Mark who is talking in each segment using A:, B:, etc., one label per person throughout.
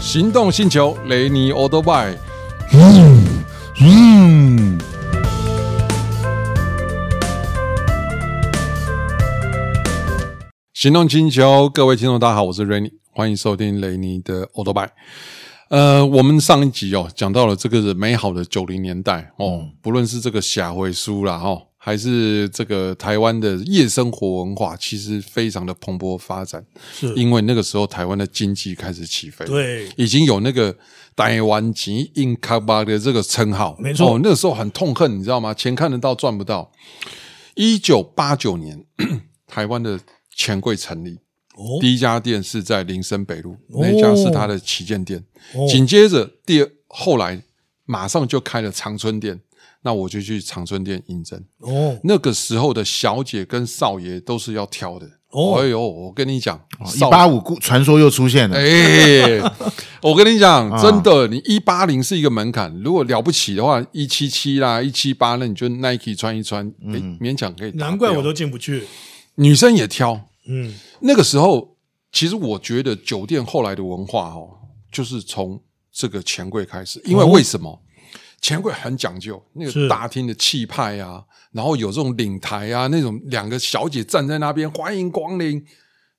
A: 行动星球雷尼欧多拜。
B: 嗯，
A: 行动星球，各位听众大家好，我是 Rainy，欢迎收听雷尼的 o u t o b i 呃，我们上一集哦讲到了这个美好的九零年代哦，不论是这个霞回书啦哈、哦，还是这个台湾的夜生活文化，其实非常的蓬勃发展，
B: 是
A: 因为那个时候台湾的经济开始起飞，，
B: 对，
A: 已经有那个台湾籍硬卡巴的这个称号，
B: 没错
A: 哦那时候很痛恨，你知道吗？钱看得到赚不到。一九八九年， 台湾的钱柜成立，
B: 哦，
A: 第一家店是在林森北路，
B: 哦
A: 那一家是它的旗舰店。
B: 哦
A: 紧接着，第二后来马上就开了长春店，那我就去长春店应征。
B: 哦，
A: 那个时候的小姐跟少爷都是要挑的。
B: 哦
A: 哎呦，我跟你讲，
C: 哦一
A: 少
C: 八五故传说又出现了，
A: 哎、我跟你讲，
C: 啊
A: 真的，你一八零是一个门槛，如果了不起的话，一七七啦，一七八，那你就 Nike 穿一穿，诶勉强可以达标。
B: 嗯难怪我都进不去。
A: 女生也挑。
B: 嗯，
A: 那个时候，其实我觉得酒店后来的文化哦，就是从这个钱柜开始，因为
B: 哦
A: 为什么？钱柜很讲究那个
B: 是
A: 大厅的气派啊，然后有这种领台啊，那种两个小姐站在那边欢迎光临。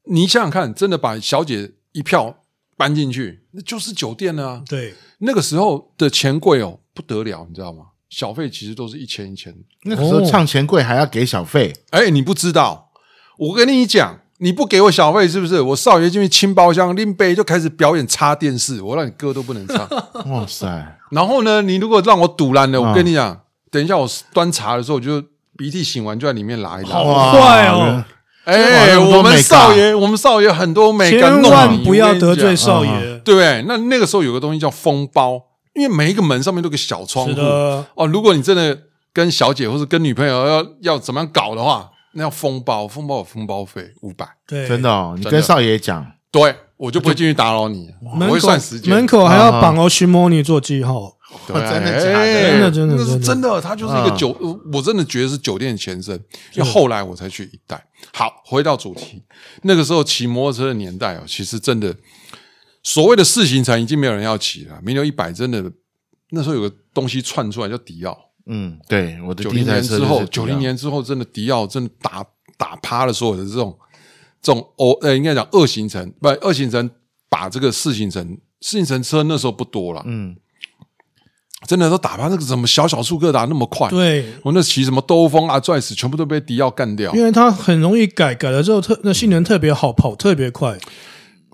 A: 你想想看，真的把小姐一票搬进去，那就是酒店了啊。
B: 对，
A: 那个时候的钱柜哦，不得了，你知道吗？小费其实都是一千一千。
C: 那个时
A: 哦
C: 候唱钱柜还要给小费，
A: 哎，你不知道，我跟你讲，你不给我小费是不是？我少爷进去清包厢拎杯就开始表演插电视，我让你歌都不能 唱。
C: 哇塞，
A: 然后呢，你如果让我堵烂了，我
C: 啊
A: 跟
B: 嗯
A: 你讲，等一下我端茶的时候，我就鼻涕擤完就在里面拉一拉。
B: 好坏哦！
A: 哎、
C: 哇那么多
A: 我们
C: make
A: 少爷，我们少爷很多美
B: 千
A: 哎感弄啊
B: 万
A: 你
B: 不要得罪，
A: 我
B: 少爷。
A: 跟你讲对不对？那那个时候有个东西叫封包，因为每一个门上面都有个小窗户
B: 是。的，
A: 哦，如果你真的跟小姐或是跟女朋友要要怎么样搞的话，那要封包，封包有封包费五百。
B: 对，
C: 真的哦，你
A: 真的啊
C: 跟少爷讲，
A: 对我就不会进去打扰你，
B: 门
A: 我
B: 口
A: 会算时间。啊
B: 门口还要绑哦 Oshimoni 做记号。
A: 对
C: 哦真的假的
A: 哎
B: 真的真的
A: 那是
B: 真的
A: 真
B: 啊
A: 的，它就是一个酒，我真的觉得是酒店的前身。因为后来我才去一代。好，回到主题，那个时候骑摩托车的年代哦，其实真的所谓的四行禅已经没有人要骑了，名流一百真的那时候有个东西窜出来叫迪奥，
C: 嗯，对，我的
A: 九
C: 第一
A: 零
C: 台
A: 年
C: 车
A: 之
C: 就
A: 后，
C: 是
A: 九零年之后，真的迪奥真的打打趴了所有的这种这种哦，呃，应该讲二行程，不，二行程把这个四行程四行程车那时候不多了，
C: 嗯，
A: 真的都打趴那个什么小小速克达那么快，
B: 对，
A: 我那骑什么兜风啊、拽死，全部都被迪奥干掉。
B: 因为它很容易改，改了之后特那性能特别好，跑特别快。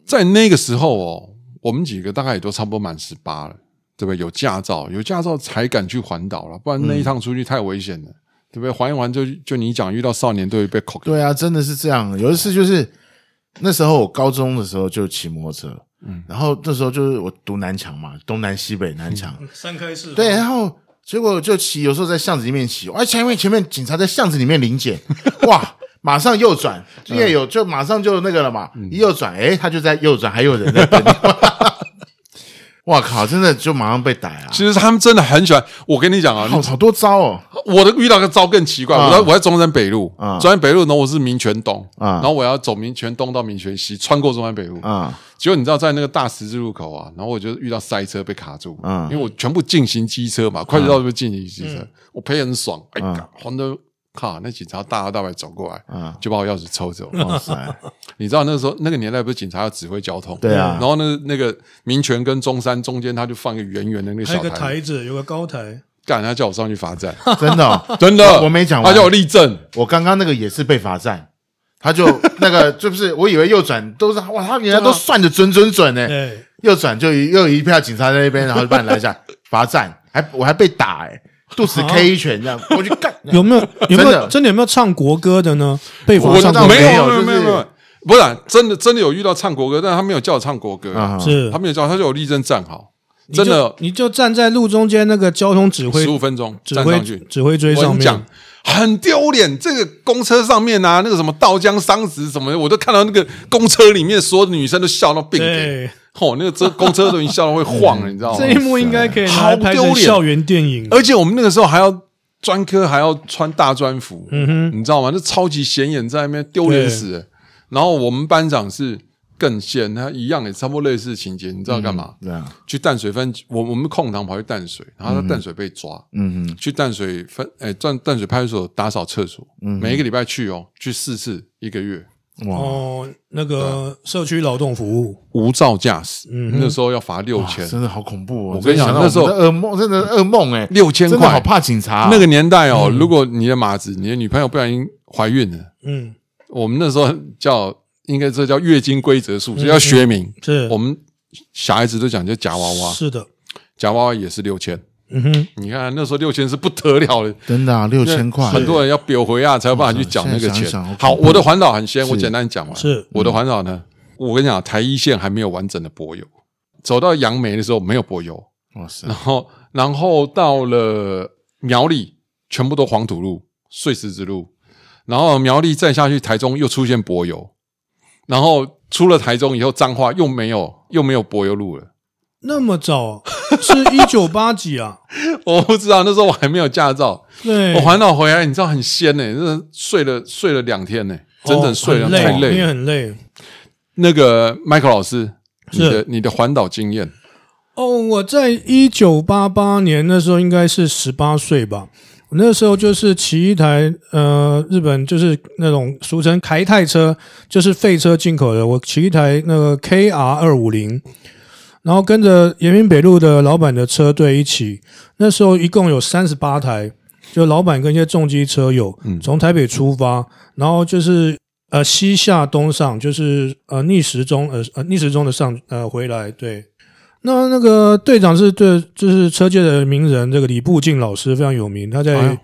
A: 在那个时候哦，我们几个大概也都差不多满十八了，对不对？有驾照，有驾照才敢去环岛了，不然
C: 嗯
A: 那一趟出去太危险了，对不对？环一环就就你讲遇到少年队被扣，
C: 对啊，真的是这样。有一次就是那时候我高中的时候就骑摩托车，
A: 嗯
C: 然后那时候就是我读南强嘛，东南西北南强，
A: 嗯
B: 三开式
C: 对，啊然后结果就骑，有时候在巷子里面骑，哎，前面前面警察在巷子里面临检，哇，马上右转，因为有就马上就那个了嘛，一右转，哎，他就在右转，还有人在等你，哇靠，真的就马上被逮啊，
A: 其实他们真的很喜欢。我跟你讲啊，
C: 好好多招哦，
A: 我的遇到个招更奇怪。
C: 啊
A: 我在我在中山北路，
C: 啊
A: 中山北路，然后我是民权东，
C: 啊
A: 然后我要走民权东到民权西，穿过中山北路。
C: 啊，
A: 结果你知道在那个大十字路口啊，然后我就遇到塞车被卡住，
C: 啊嗯
A: 因为我全部进行机车嘛，快速道路进行机车，我赔很爽。哎
C: 啊
A: 呀，红灯靠，那警察大摇大摆走过来，
C: 啊
A: 就把我钥匙抽走。
C: 哇塞，
A: 你知道那时候那个年代不是警察要指挥交通？
C: 对啊
A: 然后呢，那个民权跟中山中间，他就放一个圆圆的那个
B: 还有
A: 小
B: 一个台子，有个高台。
A: 干他叫我上去罚站，
C: 真的哦、
A: 真的，
C: 我我没讲完
A: 他叫我立正。
C: 我刚刚那个也是被罚站，他就那个 就是我以为右转都是哇，他原来都算的准准准呢、
B: 哎，
C: 右转就一又有一票警察在那边，然后就把你拦下罚站，还我还被打哎、肚子 K 一拳这样，我就 干，
A: 哎
B: 有没有有没有
C: 真的
B: 真的有没有唱国歌的呢？被罚
A: 我
B: 唱
C: 知
B: 国歌
C: 道
A: 没
C: 没
A: 有没有
C: 有就是
A: 没有没有，不然真的真的有遇到唱国歌，但他没有叫我唱国歌，
C: 啊
B: 是
A: 他没有叫我，他就有立正站好，
B: 你就
A: 真的
B: 你就站在路中间那个交通指挥
A: 十五分钟
B: 指
A: 站
B: 挥
A: 上去。
B: 指挥锥
A: 我
B: 上
A: 跟你
B: 面
A: 讲，，很丢脸。这个公车上面啊，那个什么道江商职什么的，我都看到那个公车里面所有的女生都笑到病给，
B: 对，
A: 吼，那个车公车都已经笑到会晃了，你知道吗
B: 这？一幕应该可以拿来拍
A: 好丢
B: 成
A: 脸
B: 校园电影。
A: 而且我们那个时候还要专科，还要穿大专服，
B: 嗯哼，
A: 你知道吗？那超级显眼，在那边丢脸死了。然后我们班长是更线，它一样也差不多类似情节，你知道干嘛？
C: 对啊，
A: 去淡水分，我我们空堂跑去淡水，然后在淡水被抓，
C: 嗯哼，
A: 去淡水分，哎、淡淡水派出所打扫厕所，
C: 嗯
A: 每一个礼拜去哦，去四次，一个月
C: 哇，
B: 哦，那个社区劳动服务，
A: 无照驾驶，那时候要罚六千，
C: 嗯真的好恐怖哦！
A: 我跟你讲
C: 真的想到
A: 那时候
C: 我们的噩梦，真的噩梦哎，
A: 六千
C: 真的好
A: 块。
C: 怕警察啊。
A: 那个年代哦，如果你的马子，你的女朋友不小心怀孕了，
B: 嗯，
A: 我们那时候叫应该这叫月经规则
C: 嗯
A: 术，这叫学名。
B: 是
A: 我们小孩子都讲叫夹娃娃，
B: 是的，
A: 夹娃娃也是六千。
B: 嗯哼，
A: 你看那时候六千是不得了的，
C: 真的啊，六千块，
A: 很多人要表回啊，才有办法去缴那个
C: 现
A: 钱
C: 在想一想。
A: 好，
C: 好恐怖
A: 我的环岛很先，我简单讲完。
B: 是
A: 我的环岛呢，我跟你讲，台一线还没有完整的柏油，走到杨梅的时候没有柏油，
C: 哇塞
A: 然，后然后到了苗栗，全部都黄土路、碎石子路，然后苗栗再下去台中又出现柏油，然后出了台中以后，彰化又没有又没有柏油路了。
B: 那么早是一九八几 啊？
A: 我不知道那时候我还没有驾照，
B: 对，
A: 我环岛回来，你知道很鲜呢、真的睡了睡了两天呢、整整睡了，
B: 哦很
A: 太
B: 累，
A: 累
B: 你也
A: 了。
B: 很累。
A: 那个 Michael 老师，你
B: 是
A: 的你的环岛经验，
B: 哦，我在一九八八年那时候应该是十八岁吧。我那时候就是骑一台呃，日本就是那种俗称开泰车，就是废车进口的。我骑一台那个 KR 二五零，然后跟着延平北路的老板的车队一起。那时候一共有三十八台，就老板跟一些重机车友
A: 嗯
B: 从台北出发，然后就是呃西下东上，就是呃逆时钟呃呃逆时钟的上呃回来对。那那个队长是对，就是车界的名人，这个李步敬老师非常有名。他在、
A: 哎呦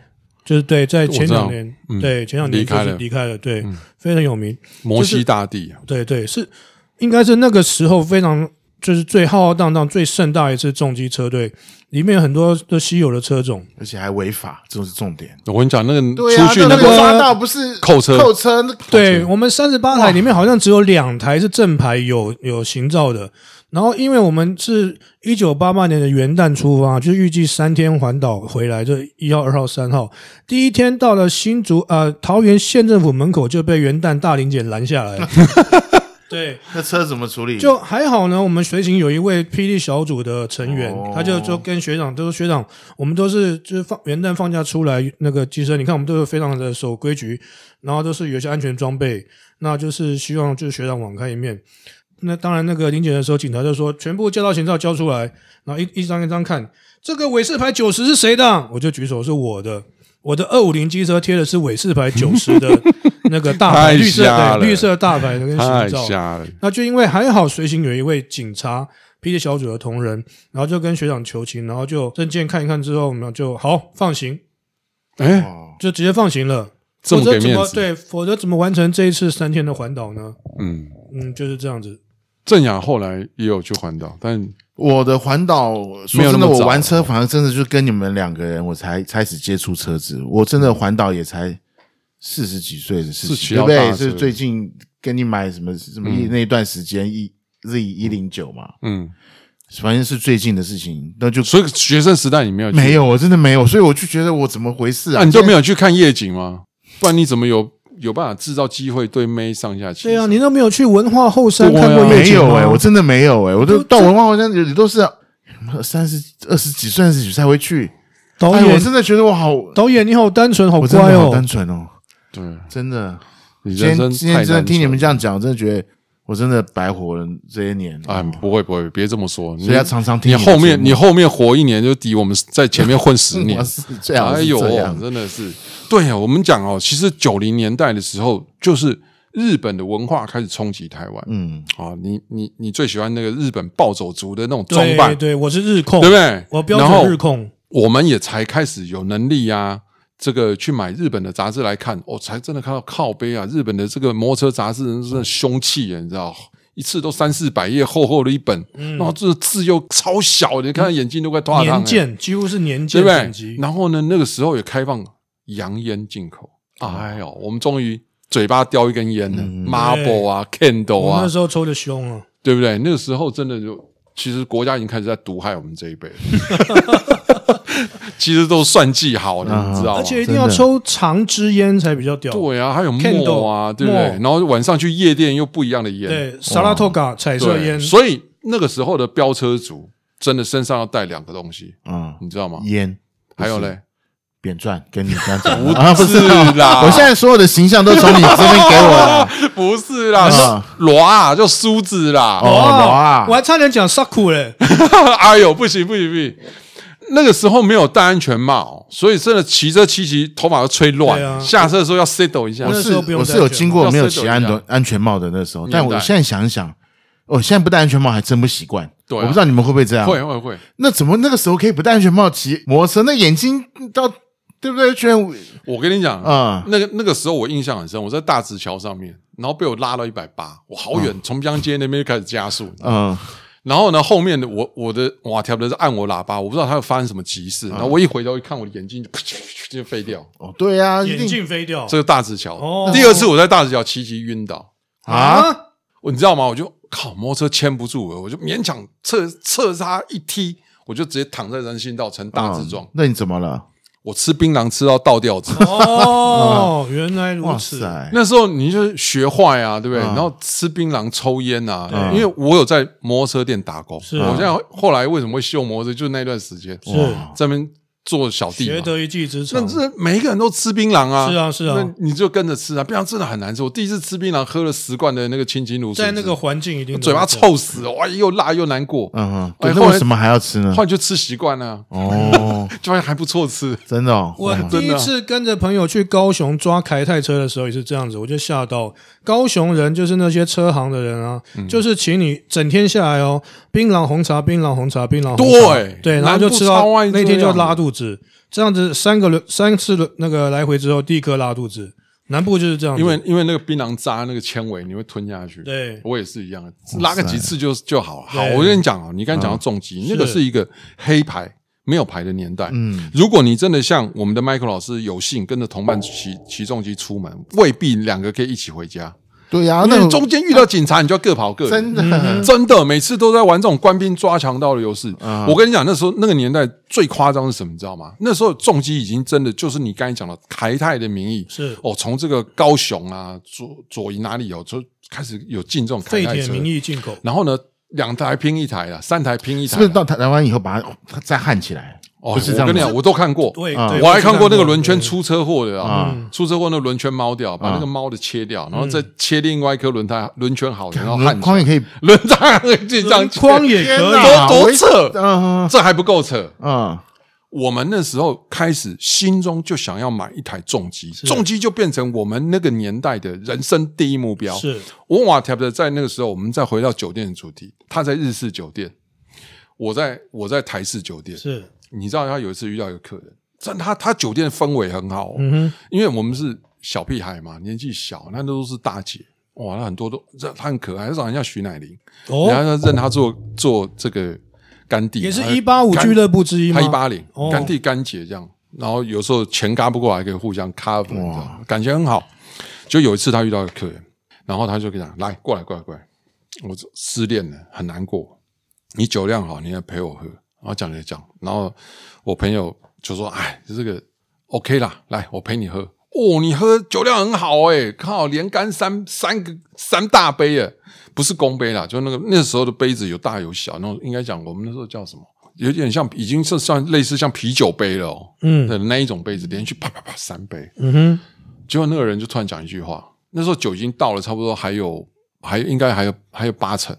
B: 就是对，在前
A: 我
B: 两
A: 知道
B: 年，
A: 嗯
B: 对前两年
A: 离开
B: 就是
A: 了嗯
B: 离开了，对，非常有名。
A: 摩西大帝啊，
B: 对对，是应该是那个时候非常就是最浩浩荡荡、最盛大一次重机车队，里面有很多都稀有的车种。
C: 而且还违法，这是重点。
A: 我跟你讲，那个
C: 对啊，
A: 出去
C: 那
A: 那
C: 个
B: 个
C: 抓到不是
A: 扣车
C: 扣车那
B: 对我们三十八台里面好像只有两台是正牌有有行照的，然后因为我们是一九八八年的元旦出发，就是预计三天环岛回来，就一号、二号、三号。第一天到了新竹呃桃园县政府门口就被元旦大林检拦下来了。对，
C: 那车怎么处理？
B: 就还好呢。我们随行有一位霹雳小组的成员，
C: 哦
B: 他就就跟学长，就说学长，我们都是就是放元旦放假出来那个机身，你看我们都是非常的守规矩，然后都是有一些安全装备，那就是希望就是学长网开一面。那当然，那个临检的时候，警察就说全部驾照行照交出来，然后一一张一张看，这个尾式牌九十是谁的？我就举手是我的。我的二五零机车贴的是尾式牌九十的那个大 牌
A: 太
B: 绿色
A: 瞎
B: 的
A: 了
B: 绿色大牌的跟
A: 太
B: 行照，
A: 瞎了。
B: 那就因为还好随行有一位警察霹雳小组的同仁，然后就跟学长求情，然后就证件看一看之后，我们就好放行，
A: 哎，
C: 哦
B: 就直接放行了。
A: 这么
B: 否则
A: 给
B: 怎
A: 面
B: 么
A: 子
B: 对，否则怎么完成这一次三天的环岛呢？
A: 嗯，
B: 嗯，就是这样子。
A: 郑雅后来也有去环岛，但
C: 我的环岛，说
A: 没有那
C: 真
A: 么
C: 的，我
A: 早
C: 玩车反而真的就跟你们两个人，我才开始接触车子。我真的环岛也才四十几岁的事
A: 是骑到
C: 情，对不
A: 大车
C: 对？是最近跟你买什么什么一那一段时间一 Z 一零九嘛，
A: 嗯，
C: 反正是最近的事情，那就
A: 所以学生时代你没有去
C: 没有，我真的没有，所以我就觉得我怎么回事
A: 那、
C: 啊？
A: 啊你就没有去看夜景吗？不然你怎么有有办法制造机会对妹上下其
B: 对啊，
A: 手？
B: 你都没有去文化后山
A: 对啊
B: 看过夜
C: 没
B: 景吗
C: 有哎、我真的没有哎、我都
B: 就
C: 到文化好像也都是三十二十几、三十几才会去。
B: 导
C: 哎，我
B: 演，
C: 真的觉得我好，
B: 导演你好单纯，好
C: 我真
B: 乖
C: 的好
B: 哦
C: 单。纯哦，
A: 对，
C: 真的。
A: 你
C: 今
A: 人生
C: 天今天
A: 太
C: 真的
A: 单
C: 听你
A: 纯
C: 们这样讲，我真的觉得我真的白活了这些年
A: 哎，不会不会，别这么说。你
C: 所以要常常听
A: 你
C: 们
A: 后面
C: 的
A: 你
C: 节目
A: 后面活一年就抵我们在前面混十年
C: 我。是最好
A: 哎
C: 是
A: 呦
C: 这样，，
A: 真的是，对呀，我们讲哦，其实九零年代的时候，就是日本的文化开始冲击台湾。
C: 嗯，
A: 啊，你你你最喜欢那个日本暴走族的那种装扮
B: 对，对，我是日控，
A: 对不对？
B: 我标
A: 然后
B: 准日控。
A: 我们也才开始有能力呀、这个去买日本的杂志来看，我、才真的看到靠背啊，日本的这个摩托车杂志真的凶器耶，你知道，一次都三四百页，厚厚的一本，然后这个字又超小的，你看他眼睛都快脱了
B: 嗯年，鉴几乎是年
A: 对
B: 鉴
A: 不对？
B: 等级，
A: 然后呢，那个时候也开放洋烟进口，哎呦，我们终于嘴巴叼一根烟了、
C: 嗯
A: m a r b l e 啊，Candle
B: 我
A: 啊
B: 那，时候抽的凶啊。
A: 对不对？那个时候真的就，其实国家已经开始在毒害我们这一辈了。 其实都算计好啊的，
C: 嗯
A: 你知道吗
B: 而？且一定要抽长支烟才比较屌。
A: 对啊，还有
B: Kendo，
A: 墨啊，对不对？
B: 墨
A: 然后晚上去夜店又不一样的烟，
B: 对，萨拉托嘎彩色
A: 对
B: 烟，
A: 所以那个时候的飙车族真的身上要带两个东西，
C: 嗯，
A: 你知道吗？
C: 烟
A: 还有嘞，
C: 扁钻，跟你这样讲啊，不是
A: 是
C: 啊，
A: 啦，
C: 我现在所有的形象都从你这边给我 了。
A: 不是啦，
C: 啊
A: 是罗啊，就梳子啦。
C: 哦哇
B: 我还差点讲 Saku 嘞，
A: 哎呦，不行不行不行，那个时候没有戴安全帽，所以真的骑着骑骑，头发都吹乱。
B: 对啊
A: 下车的时候要 settle 一下
C: 我。
B: 那
C: 是
B: 时候不用
C: 我
B: 戴
C: 是有
B: 安全
C: 经
B: 帽
C: 过没有
A: 要 settle
C: 骑安
A: 一下
C: 全安全帽的那时候，但
A: 年
C: 我
A: 代
C: 现在想一想，我现在不戴安全帽还真不习惯。
A: 对啊
C: 我不知道你们会不会这样。
A: 会会啊会，
C: 那怎么那个时候可以不戴安全帽骑摩托车？那眼睛到对不对？居然
A: 我跟你讲，
C: 啊
A: 那个那个时候我印象很深，我在大直桥上面，然后被我拉到一百八，我好
C: 啊
A: 远，从江街那边就开始加速，
C: 嗯
A: 然后呢，后面的我我的哇调的是按我喇叭，我不知道他有发生什么急事，然后我一回头一看，我的眼睛就 就飞掉。
C: 啊哦对呀，一
B: 眼
C: 定
B: 镜飞掉
A: 这个大直桥，
B: 哦
A: 第二次我在大直桥骑骑晕倒，
C: 啊，
A: 我你知道吗？我就靠摩托车牵不住我，我就勉强侧侧刹一踢，我就直接躺在人行道成大
C: 嗯
A: 直撞。
C: 那你怎么了？
A: 我吃槟榔吃到倒吊子，
B: 哦，原来如
C: 哇
B: 此，
C: 塞！
A: 那时候你就是学坏啊，对不对？
C: 嗯
A: 然后吃槟榔、抽烟啊，
C: 嗯
A: 因为我有在摩托车店打工，
B: 是
A: 我现在后来为什么会修摩托车，就是那段时间
B: 是
A: 在那边做小弟
B: 学
A: 嘛。
B: 得一技之
A: 那
B: 长，
A: 这每一个人都吃槟榔啊，
B: 是啊是啊
A: 那你就跟着吃啊，槟榔真的很难吃。我第一次吃槟榔，喝了十罐的那个清清卤水汁，
B: 在那个环境一定
A: 嘴巴
B: 都是
A: 臭死了，哇，又辣又难过。
C: 嗯哼，对
A: 哎
C: 那
A: 后来
C: 为什么还要吃呢
B: 嗯
A: 后？来就吃习惯了，啊
C: 哦，
A: 就还还不错吃。
C: 真的哦，
B: 我
C: 嗯
A: 啊
B: 第一次跟着朋友去高雄抓凯泰车的时候也是这样子，我就吓到高雄人，就是那些车行的人啊，
A: 嗯
B: 就是请你整天下来哦，槟榔红茶，槟榔红茶，槟榔红茶，
A: 对
B: 对，然后
A: 南
B: 就
A: 部
B: 吃到
A: 超爱这
B: 那天就
A: 样
B: 拉肚子，这样子三个轮三次轮那个来回之后，立刻拉肚子。南部就是这样子，
A: 因为因为那个槟榔渣那个纤维你会吞下去，
B: 对
A: 我也是一样，拉个几次就就好了。好，
B: 对
A: 我跟你讲哦，你刚才讲到重击，那个
B: 是
A: 是一个黑牌没有牌的年代。
C: 嗯，
A: 如果你真的像我们的 Michael 老师有幸跟着同伴骑骑重机出门，未必两个可以一起回家。
C: 对呀，
A: 因
C: 啊那
A: 为中间遇到警察，你就要各跑各的。
C: 真的
A: 真的，每次都在玩这种官兵抓强盗的游戏。
C: 啊
A: 我跟你讲，那时候那个年代最夸张是什么，你知道吗？那时候重机已经真的就是你刚才讲的台泰的名义，
B: 是
A: 哦，从这个高雄啊、左左营哪里有，就开始有进这种台
B: 废
A: 泰
B: 铁
A: 车。
B: 名义进口，
A: 然后呢，两台拼一台啊，三台拼一
C: 是
A: 台
C: 不
A: 啦。
C: 是到台台湾以后把它哦它再焊起来？
A: 哦，
C: 不是这
A: 我
C: 样
A: 跟你
C: 吗
A: 讲，？我都看过。
B: 对，
C: 啊
B: 对
A: 我还看过那个
B: 对
A: 轮圈出车祸的啊，
C: 啊
A: 出车祸那个轮圈猫掉，把那个猫的切掉，然后再切另外一颗轮胎轮圈好的，然后哦焊
C: 轮
A: 起
C: 框
A: 来
C: 也可以，
A: 轮胎这样
B: 轮框也
C: 天
B: 可以
C: 哪，
A: 多多扯，
C: 嗯
A: 这还不够扯。
C: 嗯，
A: 我们那时候开始心中就想要买一台重机，重机就变成我们那个年代的人生第一目标。
B: 是
A: 我瓦特的在那个时候，我们再回到酒店的主题，他在日式酒店，我在我在台式酒店。
B: 是，
A: 你知道他有一次遇到一个客人，但他他酒店氛围很好、哦，
B: 嗯哼，
A: 因为我们是小屁孩嘛，年纪小，那都是大姐。哇，那很多都这她很可爱，长得像徐乃麟，
B: 哦，
A: 然后认她做做这个干弟，
B: 也是
A: 然后
B: 一八五
A: 干
B: 俱乐部之一吗？
A: 他一八零
B: 哦，
A: 干弟干姐这样，然后有时候钱嘎不过来，可以互相 cover，你知道吗感情很好。就有一次他遇到一个客人，然后他就跟他讲：“来，过来，过来，过来，我失恋了，很难过，你酒量好，你来陪我喝。”然后讲了讲，然后我朋友就说：“哎，这个 OK 啦，来，我陪你喝。”哦，你喝酒量很好哎、靠，连干三三个三大杯哎，不是公杯啦，就那个那时候的杯子有大有小，那种应该讲我们那时候叫什么，有点像已经是算类似像啤酒杯了哦，
B: 嗯
A: 的那一种杯子，连续啪啪啪三杯，
B: 嗯哼，
A: 结果那个人就突然讲一句话，那时候酒精到了差不多还有还应该还有还有八成，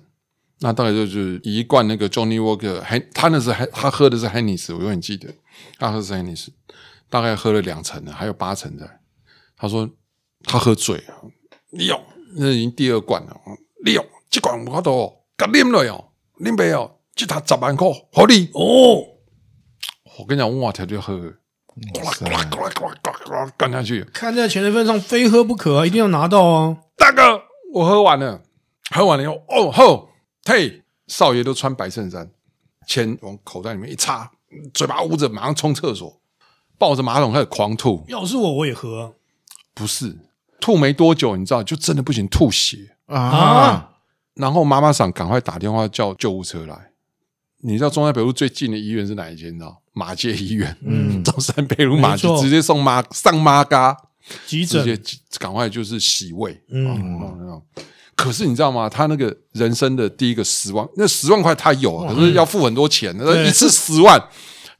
A: 那大概就是一罐那个 Johnny Walker，还他那时还他喝的是 Hennessy，我永远记得他喝的是 Hennessy，大概喝了两成啊了，还有八成在。他说他喝醉了，利用那已经第二罐了，利用这罐我都哦给啉了哟，啉杯哦，这他十万块，合理哦。我跟你讲，我条就喝，呱啦呱啦呱啦呱啦呱啦呱啦干下去。
B: 看在钱的份上，非喝不可啊，一定要拿到啊！
A: 大哥，我喝完了，喝完了以后，哦吼，嘿，少爷都穿白衬衫，钱往口袋里面一插，嘴巴捂着，马上冲厕所，抱着马桶开始狂吐。
B: 要是我，我也喝啊。
A: 不是，吐没多久，你知道，就真的不行，吐血。
C: 啊
A: 然后妈妈桑赶快打电话叫救护车来，你知道中山北路最近的医院是哪一间？你知道马街医院，嗯， 中山北路马街
B: 没错
A: 直接送妈上妈嘎，
B: 急
A: 直接
B: 诊，
A: 赶快就是洗胃，
B: 嗯，
A: 哦那种可是你知道吗？他那个人生的第一个十万，那十万块他有，可是要付很多钱，那
B: 对
A: 一次十万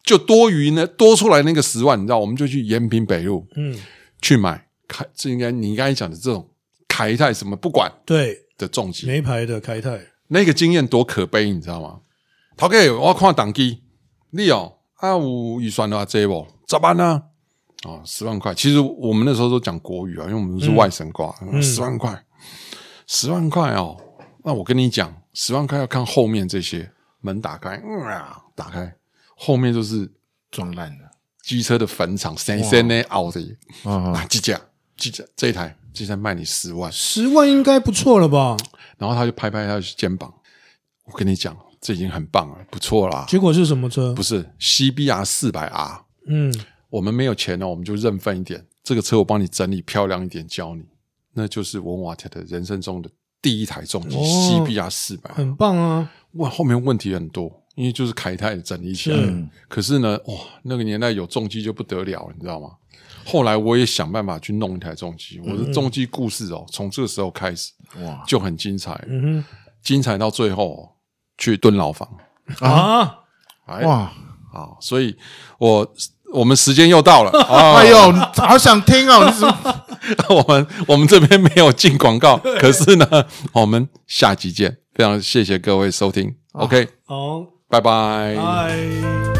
A: 就多余呢，多出来那个十万，你知道，我们就去延平北路，
B: 嗯，
A: 去买开，这应该你刚才讲的这种开泰什么不管
B: 对，
A: 的重疾，
B: 没牌的开泰，
A: 那个经验多可悲，你知道吗？头家，我看档机，你哦，啊有预算的话，这不咋办呢？哦，十万块，其实我们那时候都讲国语啊，因为我们是外省挂，十、万块，十万块哦。那我跟你讲，十万块要看后面这些门打开，嗯啊，打开，后面就是
C: 撞烂了
A: 机车的坟场，谁谁那奥的
C: 啊！
A: 啊，几架，几架，这一台，这一台卖你十万，
B: 十万应该不错了吧？
A: 然后他就拍拍他的肩膀，我跟你讲，这已经很棒了，不错啦。
B: 结果是什么车
A: 不？是 CBR 四百 R，
B: 嗯，
A: 我们没有钱呢，哦我们就认份一点，这个车我帮你整理漂亮一点，教你，那就是文瓦特的人生中的第一台重机、
B: 哦
A: CBR 四百。
B: 很棒啊，
A: 哇，后面问题很多，因为就是凯泰整理起来。
B: 是
C: 嗯
A: 可是呢，哇，那个年代有重机就不得了，你知道吗？后来我也想办法去弄一台重机，
B: 嗯
A: 我的重机故事哦，从这个时候开始
C: 哇
A: 就很精彩，
B: 嗯
A: 精彩到最后、哦、去蹲牢房。
B: 哼，啊，
A: 哎，
C: 哇！
A: 好，所以我我们时间又到 了啊！
C: 哎呦，好想听哦！你怎么
A: 我们我们这边没有进广告，可是呢，我们下集见。非常谢谢各位收听，OK，
B: 好，
A: 拜拜。
B: 拜。